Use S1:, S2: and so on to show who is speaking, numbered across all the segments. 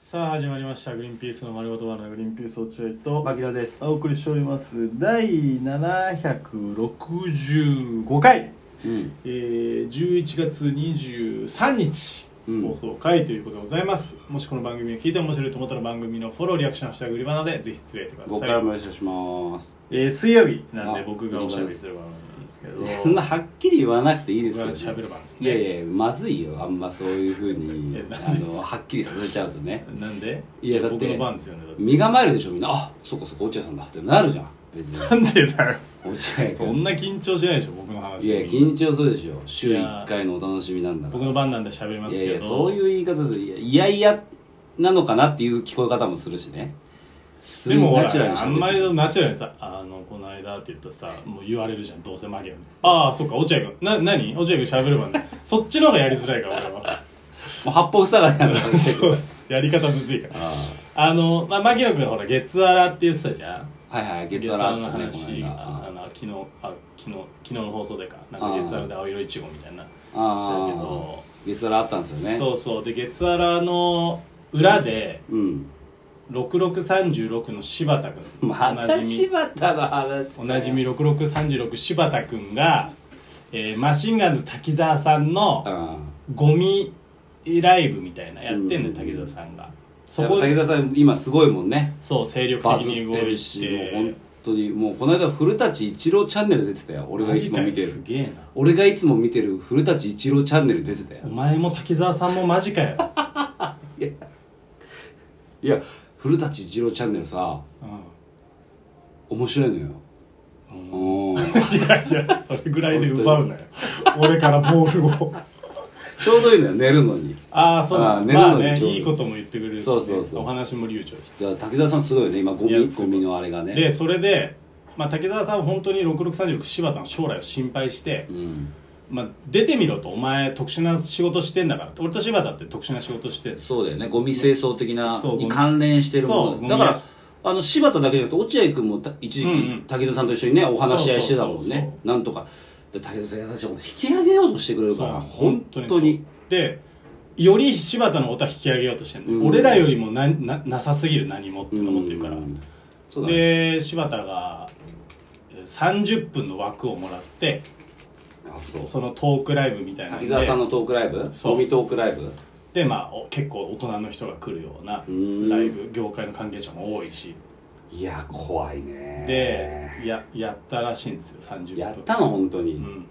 S1: さあ始まりました「グリーンピースの丸ごとバナナグリーンピース落合」と
S2: 牧野です
S1: お送りしております第765回、
S2: うん
S1: えー、11月23日
S2: うん
S1: 放送回ということでございます、もしこの番組を聞いて面白いと思ったら番組のフォローリアクション「ハッシュタググリバナ」でぜひつぶやいてくだ
S2: 僕
S1: さ
S2: から
S1: い、
S2: もよろしくお願いし
S1: えー、水曜日なんで
S2: あ
S1: 僕がおしゃべりする番組なんですけど
S2: ますそん なはっきり言わなくていいで
S1: 僕が
S2: す
S1: し
S2: け
S1: ゃべ
S2: ど
S1: る番です
S2: い
S1: ね
S2: やいやまずいよあんまそういうふうに
S1: えな
S2: あ
S1: んです
S2: のはっきりさせちゃうとね
S1: なんで
S2: いやだって
S1: 僕の番ですよねだって
S2: 身構えるでしょみんなあそこそこ落合さんだってなるじゃん別 に
S1: なんでだよ
S2: 落合君
S1: そんな緊張しないでしょ僕の話
S2: いや緊張するでしょ週1回のお楽しみなんだから
S1: 僕の番なんで喋ります
S2: い
S1: け
S2: や
S1: ど
S2: いやそういう言い方でいやいやいやなのかなっていう聞こえ方もするしね普通
S1: でも
S2: に
S1: ほ
S2: ナチュラルに
S1: ら
S2: し
S1: あ
S2: ゃ
S1: んまりナチュラルにさ「あのこの間」って言ったらさもう言われるじゃんどうせマギアにああそっか落合君な何落合君喋るわ ねそっちの方がやりづらいから俺は
S2: 八方塞がりなんだか ら
S1: そうっすやり方むずいから
S2: あ
S1: あのまあ牧野君ほら月アラって言ってたじゃん
S2: あはいはい月原あ
S1: の
S2: ったねこの
S1: 話
S2: 間
S1: ああ
S2: あ
S1: の昨日あ昨日昨日の放送でかなんか月アラで青色いちごみたいな
S2: あ
S1: したけ
S2: ー
S1: ど
S2: 月原あったんですよね
S1: そうそうで月アラの裏で
S2: うん
S1: 6636の柴田君
S2: ま
S1: おな
S2: た
S1: じみ
S2: 柴田の話
S1: おなじみ6636柴田君が、えーマシンガンズ滝沢さんの
S2: あ
S1: ゴミライブみたいなやってんの
S2: う
S1: よ
S2: ん
S1: 滝沢さんが
S2: そ
S1: そ
S2: こ
S1: こ
S2: 滝沢さん今すごいもんね
S1: そう精力
S2: バ
S1: 的
S2: ズって
S1: に動い
S2: るしもう
S1: て
S2: 本当にもうこの間古舘一郎チャンネル出てたよ俺がいつも見
S1: マジか
S2: て
S1: よす
S2: る
S1: げえな
S2: 俺がいつも見てる古舘一郎チャンネル出てたよ
S1: お前も滝沢さんもマジかよ、
S2: いや古舘一郎チャンネルさ
S1: う
S2: 面白いのよ
S1: んうん
S2: うん
S1: いやいやそれぐらいで奪うなよ俺からボールを
S2: ちょうどいいのよ寝るのに
S1: ああそうな
S2: あー
S1: ん
S2: 寝
S1: だ
S2: る
S1: ま
S2: の
S1: あ
S2: に
S1: ね
S2: ちょうど
S1: いいことも言ってくれるし、ね、
S2: そうそうそう
S1: お話も流暢だし
S2: いや滝沢さんすごいよね今ゴ
S1: いや
S2: ミ
S1: すご
S2: ゴ
S1: い
S2: ミのあれがね
S1: でそれで、まあ、滝沢さんは本当に6636柴田の将来を心配して、
S2: うん
S1: まあ、出てみろとお前特殊な仕事してんだから俺と柴田って特殊な仕事してる
S2: そうだよねゴミ清掃的な
S1: そうゴミ
S2: に関連してるも
S1: そうゴ
S2: の
S1: ミ
S2: だからあの柴田だけじゃなくて落合君もた一時期、
S1: うんうん
S2: 滝沢さんと一緒にねお話し合いしてたも
S1: そ
S2: ん
S1: うそうそう
S2: ね
S1: そ
S2: なんとかで滝沢さん優しいこと引き上げようとしてくれるから本当に
S1: そうでより柴田のことは引き上げようとしてる、
S2: うん
S1: 俺らよりもなななさすぎる何もっていうのを持ってるから、
S2: うんそうだね
S1: で柴田がえー30分の枠をもらって
S2: あそう
S1: そのトークライブみたいなで
S2: 滝沢さんのトークライブ
S1: そう
S2: ゴミトークライブ
S1: で、まあ、お結構大人の人が来るような
S2: うん
S1: ライブ業界の関係者も多いし
S2: いや怖いね
S1: でややったらしいんですよ30分
S2: やったの本当
S1: う
S2: に、
S1: ん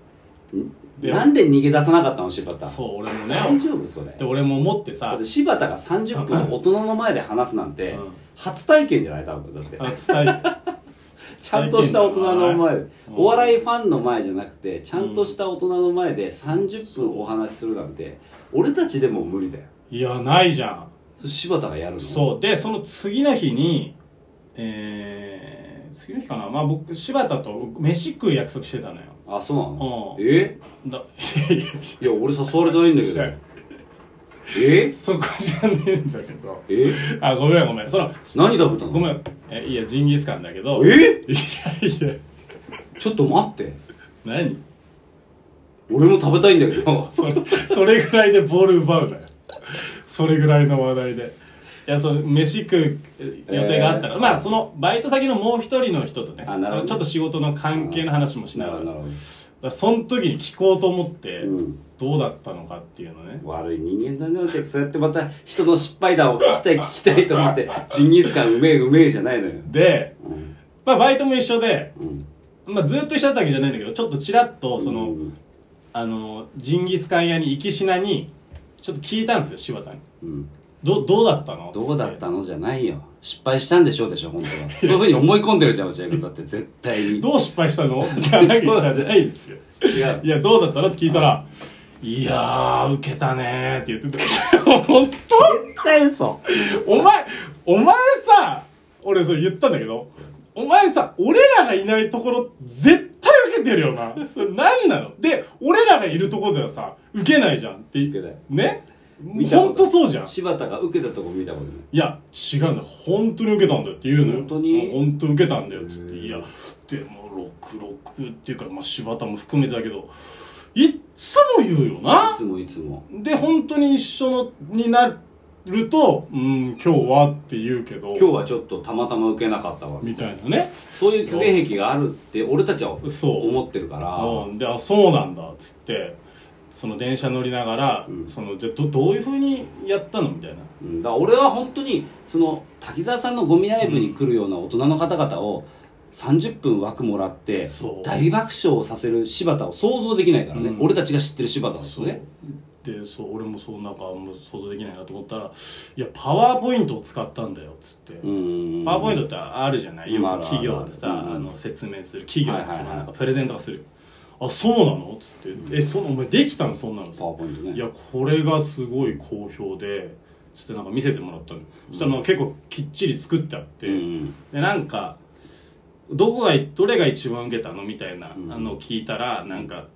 S1: で
S2: なんで逃げ出さなかったの柴田
S1: そう俺も
S2: 大
S1: ね
S2: 丈夫それ
S1: で俺も思って
S2: だ
S1: さ
S2: って柴田が30分大人の前で話すなんて、
S1: うん
S2: 初体験じゃない多分だって
S1: あ伝え
S2: ちゃんとした大人の前で、
S1: うん
S2: お笑いファンの前じゃなくてちゃんとした大人の前で30分お話しするなんて俺たちでも無理だよ
S1: いやないじゃん
S2: それ柴田がやるの
S1: そうでその次の日にえー、次の日かなまあ僕柴田と飯食う約束してたのよ
S2: あそうなの、
S1: う
S2: え
S1: だいやいや
S2: いや俺誘われてないんだけど
S1: 違う
S2: え
S1: そこじゃねえんだけど
S2: え
S1: あごめんごめんその
S2: 何食べたの
S1: ごめんえいやジンギスカンだけど
S2: え
S1: いやいや
S2: ちょっと待って
S1: 何
S2: 俺も食べたいんだけど
S1: それそれぐらいでボール奪うなよそれぐらいの話題でいやその飯食うえ予定があったら、
S2: えー
S1: まあそのバイト先のもう一人の人とね
S2: あなるほど
S1: ちょっと仕事の関係の話もしながらだ
S2: な
S1: か
S2: るほど
S1: らその時に聞こうと思って、
S2: うん
S1: どうだったのかっていうのね
S2: 悪い人間だねお客そうやってまた人の失敗談を聞きたい聞きたいと思ってジンギスカンうめえうめえじゃないのよ
S1: で、
S2: うん
S1: まあ、バイトも一緒で、
S2: うん
S1: まあ、ずっと一緒だったわけじゃないんだけどちょっとちらっとその、
S2: うん
S1: あのジンギスカン屋に行きしなにちょっと聞いたんですよ柴田に
S2: うん
S1: どどうだったの
S2: どうだった
S1: つ
S2: のじゃないよ失敗したんでしょうでしょ本当はそういうふうに思い込んでるじゃん落合君だって絶対に
S1: てどう失敗したのじゃないじゃないですよ
S2: 違う
S1: いや、どうだったのって聞いたら、いやー、受けたねーって言ってた。 本当
S2: 絶対嘘
S1: お前、お前さ、俺それ言ったんだけど、お前さ、俺らがいないところ、絶対受けてるよな。それ何なので、俺らがいるところではさ、受けないじゃんって言
S2: 受けない
S1: ね
S2: 見たこと
S1: ほんとそうじゃん。
S2: 柴田が受けたとこ見たことない
S1: いや、違うんだよ。本当に受けたんだよって言うのよ。
S2: 本当に
S1: 本当に受けたんだよっつって。
S2: へー
S1: いや、でも、66っていうか、まあ、柴田も含めてだけど、いっつも言うよな。
S2: いつもいつも
S1: で本当に一緒のになると、うん、今日はって言うけど、
S2: 今日はちょっとたまたま受けなかったわ
S1: みたいなね。
S2: そういう虚言癖があるって俺たちは
S1: そう
S2: 思ってるから
S1: うん、であそうなんだっつってその電車乗りながら、
S2: うん
S1: そのじゃあどどういうふうにやったのみたいな
S2: うん、だから俺は本当にその滝沢さんのゴミライブに来るような大人の方々を30分枠もらって
S1: そう
S2: 大爆笑させる柴田を想像できないからね、
S1: うん
S2: 俺たちが知ってる柴田ですよね
S1: でそう俺もそうなんかもう想像できないなと思ったら「いやパワーポイントを使ったんだよ」っつって、
S2: うん
S1: パワーポイントってあるじゃないよ
S2: うんあ
S1: く
S2: る
S1: 企業でさ、
S2: あるあるうん
S1: あの説明する企業で
S2: はい
S1: さ、
S2: はいはい
S1: なんかプレゼントがするあそうなのっつって「えそのお前できたのそんなの」
S2: パワーポイントね
S1: いやこれがすごい好評でちょっとなんか見せてもらったの、そしたらなんか結構きっちり作ってあって、
S2: うん
S1: でなんかどこがいどれが一番受けたのみたいな、
S2: うん
S1: あのを聞いたらなんか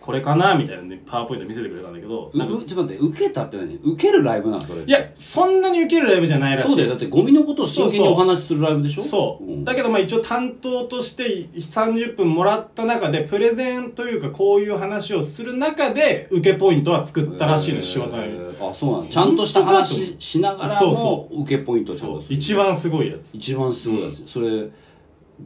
S1: これかなみたいなんでパワーポイント見せてくれたんだけど
S2: う
S1: なんか
S2: うちょっと待って受けたって何受けるライブなのそれ
S1: いやそんなに受けるライブじゃないらしい
S2: そうだよだってゴミのことを真剣にお話しするライブでしょ
S1: そう、
S2: ん
S1: だけどまあ一応担当として30分もらった中でプレゼンというかこういう話をする中で受けポイントは作ったらしいの仕事なの
S2: え
S1: に
S2: ーあそうなのちゃんとした話しながら
S1: そう
S2: の
S1: そ
S2: 受けポイントって
S1: そ
S2: こと
S1: う
S2: ですね
S1: 一番すごいやつ
S2: 一番すごいやつ、それ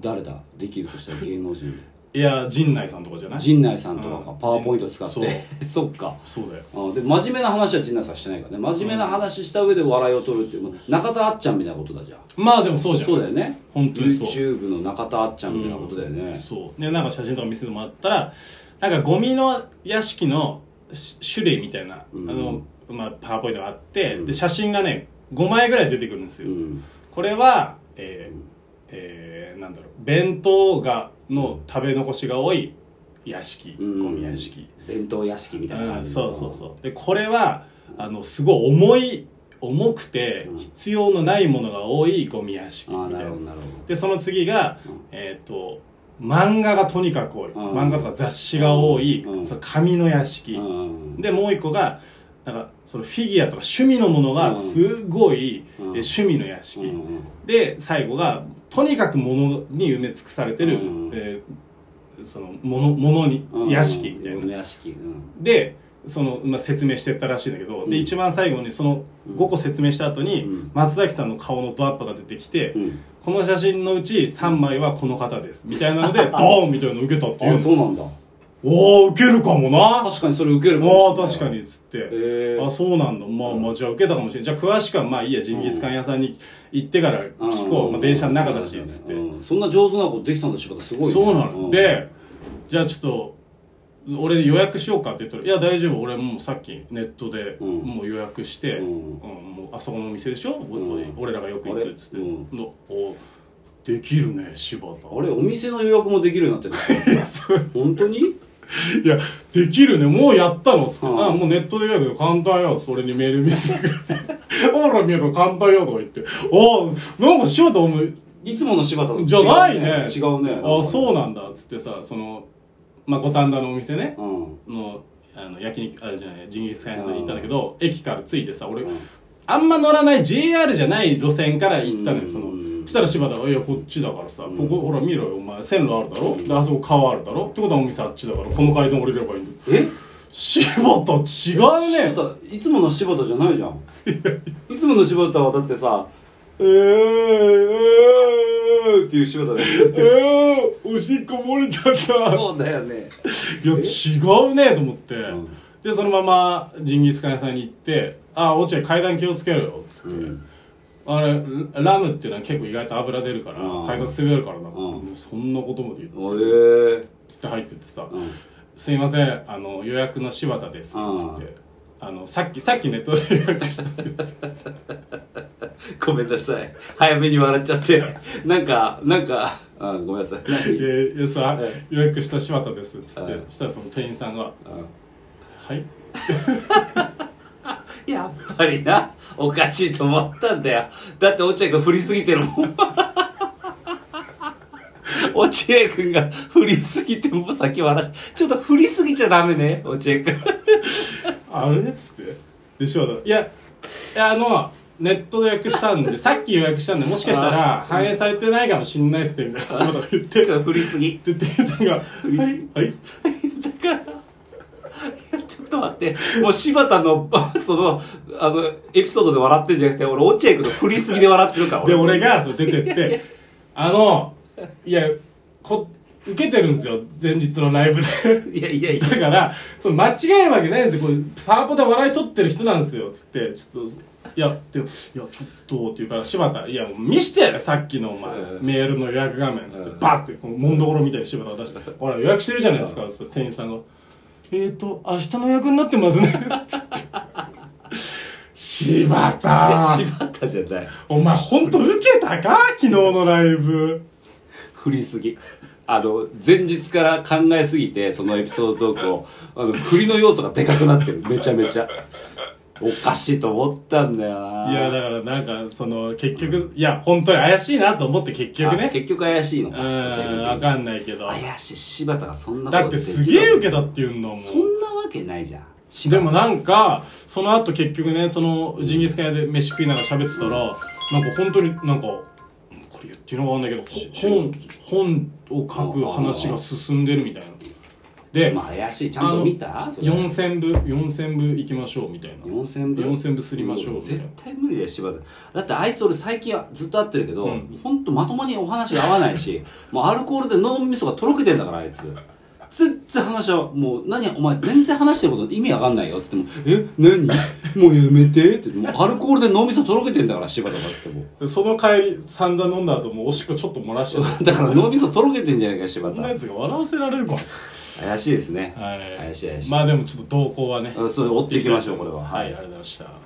S2: 誰だできるとしたら芸能人で
S1: いや陣内さんとかじゃない
S2: 陣内さんとかか、
S1: うん
S2: パワーポイント使って そっか
S1: そうだよ
S2: あで真面目な話は陣内さんしてないからね真面目な話した上で笑いを取るっていう、中田あっちゃんみたいなことだじゃん
S1: まあでもそうじゃん
S2: そうだよね
S1: 本当にそう
S2: YouTube の中田あっちゃんみたいなことだよね、
S1: そうでなんか写真とか見せてもらったらなんかゴミの屋敷のし種類みたいな、
S2: うん
S1: あのまあ、パワーポイントがあって、
S2: うん
S1: で写真がね5枚ぐらい出てくるんです
S2: う
S1: よ、
S2: ん
S1: これはえーえーなんだろう弁当がの食べ残しが多い屋敷、
S2: うん
S1: ゴミ屋敷、
S2: 弁当屋敷みたいな
S1: う
S2: 感
S1: ん
S2: じ、
S1: そうそうそうでこれはあのすごい重い重くて
S2: うん
S1: 必要のないものが多いゴミ屋敷み
S2: ああ
S1: た
S2: ないる
S1: な
S2: ほどなるほど
S1: でその次が、
S2: うん
S1: えっ、と漫画がとにかく多い、
S2: うん
S1: 漫画とか雑誌が多い、
S2: うん
S1: その紙の屋敷、
S2: うん
S1: でもう一個がなんかそのフィギュアとか趣味のものがすごい、
S2: うん
S1: え趣味の屋敷、
S2: うんうん
S1: で最後がとにかく物に埋め尽くされてる、
S2: うん
S1: えーその物物に、
S2: うん
S1: 屋敷みたいな、
S2: うん屋敷うん
S1: でその、まあ、説明してったらしいんだけど、
S2: うん
S1: で一番最後にその5個説明した後に、
S2: うん
S1: 松崎さんの顔のドアップが出てきて、
S2: うん
S1: この写真のうち3枚はこの方ですみたいなので ドーンみたいなの受けたってい
S2: あ
S1: う
S2: そうなんだ
S1: おお受けるかもな
S2: 確かにそれ受けるか
S1: ああ
S2: も
S1: 確
S2: し
S1: か
S2: れない
S1: にっつって、
S2: えー
S1: あそうなんだまあまあじゃあ受けたかもしれないじゃあ詳しくはまあいいやジンギスカン屋さんに行ってから聞こう、まあ、電車の中だしっつって、
S2: うんそんな上手なことできたんだ柴田すごいね
S1: そうなの、
S2: ん
S1: でじゃあちょっと俺予約しようかって言ったら「いや大丈夫俺もうさっきネットで
S2: うん
S1: もう予約して、
S2: う
S1: うんんもうあそこのお店でしょ、お
S2: うん
S1: 俺らがよく行く」っつって「
S2: あれうん
S1: のおできるね柴田」
S2: あれお店の予約もできるようになってる
S1: い やそう
S2: 本当に
S1: いや、できるね、もうやったのっつって、
S2: うん
S1: あもうネットでやるけど簡単よ、それにメール見せてくれて、 ほら見えるの簡単よとか言って、あなんかしようと思う、
S2: いつもの柴田と違う
S1: じゃないね。
S2: 違うね
S1: あそううなんだ、つってさ、その、まあ、五反田のお店ね、
S2: うん
S1: の、あの、焼肉、あ、じゃない、ジンギスカン屋さんに行ったんだけど、駅から着いてさ、俺、
S2: うん
S1: あんま乗らない JR じゃない路線から行ったの
S2: う
S1: よ、
S2: ん
S1: その。そしたら柴田が「いやこっちだからさ、
S2: うん
S1: ここほら見ろよお前線路あるだろ
S2: うん
S1: であそこ川あるだろってことはお店あっちだからこの階段降りればいいんだよ
S2: え
S1: 柴田違うね
S2: 柴田いつもの柴田じゃないじゃんいつもの柴田はだってさえー、えーっていう柴田だよね
S1: えー、おしっこ漏れちゃった
S2: そうだよね
S1: いや違うねと思って、
S2: ん
S1: でそのままジンギスカン屋さんに行って「あ落合階段気をつけろよ」っつって、
S2: うん
S1: あれラムっていうのは結構意外と油出るから
S2: うん
S1: 階段滑るからな、
S2: ん
S1: もうそんなことまで言って
S2: おえー
S1: つって入ってってさ
S2: うん
S1: 「すいませんあの予約の柴田です」っつって。あのさっきさっきネットで予約したんです
S2: ごめんなさい。早めに笑っちゃって。なんか、なんか、あごめんなさい。何うん
S1: ででさ
S2: はい
S1: 予約した柴田ですっつって
S2: はい
S1: そしたらその店員さんが「はい
S2: やっぱりな、おかしいと思ったんだよ。だって落合君振りすぎてるもん。落合君が振りすぎてもう先笑っちょっと振りすぎちゃダメね、落合君。
S1: あれっつって。で、柴田がいや、いや、あの、ネットで予約したん で、さっき予約したんで、もしかしたら
S2: あー
S1: 反映されてないかもしんないっすね、みたいな柴田が言って。
S2: ちょっと振りすぎ。
S1: で、店員さんが、はい、はい。
S2: だから、いや、ちょっと、と待って、もう柴田の、その、あの、エピソードで笑ってんじゃなくて、俺、落合君の振りすぎで笑ってるから、
S1: で俺がそう出てってあのいやこ受けてるんですよ前日のライブで
S2: いやいやいや
S1: だ。から、その間違えるわけないんですよ。これ、パワポで笑い取ってる人なんですよ。つって、ちょっと、いや、でも、いや、ちょっと、っていうから、柴田、いや、もう見してやれ、さっきのお前、
S2: うん
S1: メールの予約画面、つって、
S2: うん
S1: バッて、この、もんどころみたいに柴田が出して、ほら、予約してるじゃないですか、つって、店員さんが、えーと、明日の予約になってますね、つって。柴田
S2: 柴田じゃない。
S1: お前、ほんと受けたか昨日のライブ。
S2: 振りすぎ。あの、前日から考えすぎて、そのエピソードトークを、あの、振りの要素がでかくなってる。めちゃめちゃ。おかしいと思ったんだよな。
S1: いや、だからなんか、その、結局、いや、本当に怪しいなと思って、結局
S2: あ
S1: ね。
S2: 結局怪しいの
S1: う
S2: か。
S1: ーん、わかんないけど。
S2: 怪しい。柴田がそんなこと
S1: だってすげえ受けたって言うんだもん。
S2: そんなわけないじゃん。
S1: でもなんか、その後結局ね、その、ジンギスカン屋で飯食いながら喋ってたら、なんか本当になんか、これ言っていいのかわかんないけど、ほ本、本を書く話が進んでるみたいな。で、
S2: まあ怪しい。ちゃんと見たそれ
S1: 4000部、4000部行きましょうみたいな。
S2: 4000部
S1: 4000部すりましょうみたい
S2: 絶
S1: な。
S2: 対無理だよ柴田だってあいつ俺最近はずっと会ってるけど、
S1: うん
S2: ほんとまともにお話が合わないし もうアルコールで脳みそがとろけてんだからあいつ全然話はもう何お前全然話してること意味わかんないよっつっても「え何もうやめて」ってもうアルコールで脳みそとろけてんだから柴田だっても
S1: でその帰り、散々飲んだ後、もうおしっこちょっと漏らしてた。
S2: う だから脳みそとろけてんじゃないか柴
S1: こんな
S2: 田
S1: やつが笑わせられるかも。
S2: 怪しいですね
S1: はい。
S2: 怪しい怪しい、
S1: まあでもちょっと動向はね。
S2: あそう追っていきましょうこれは
S1: はい、ありがとうございました。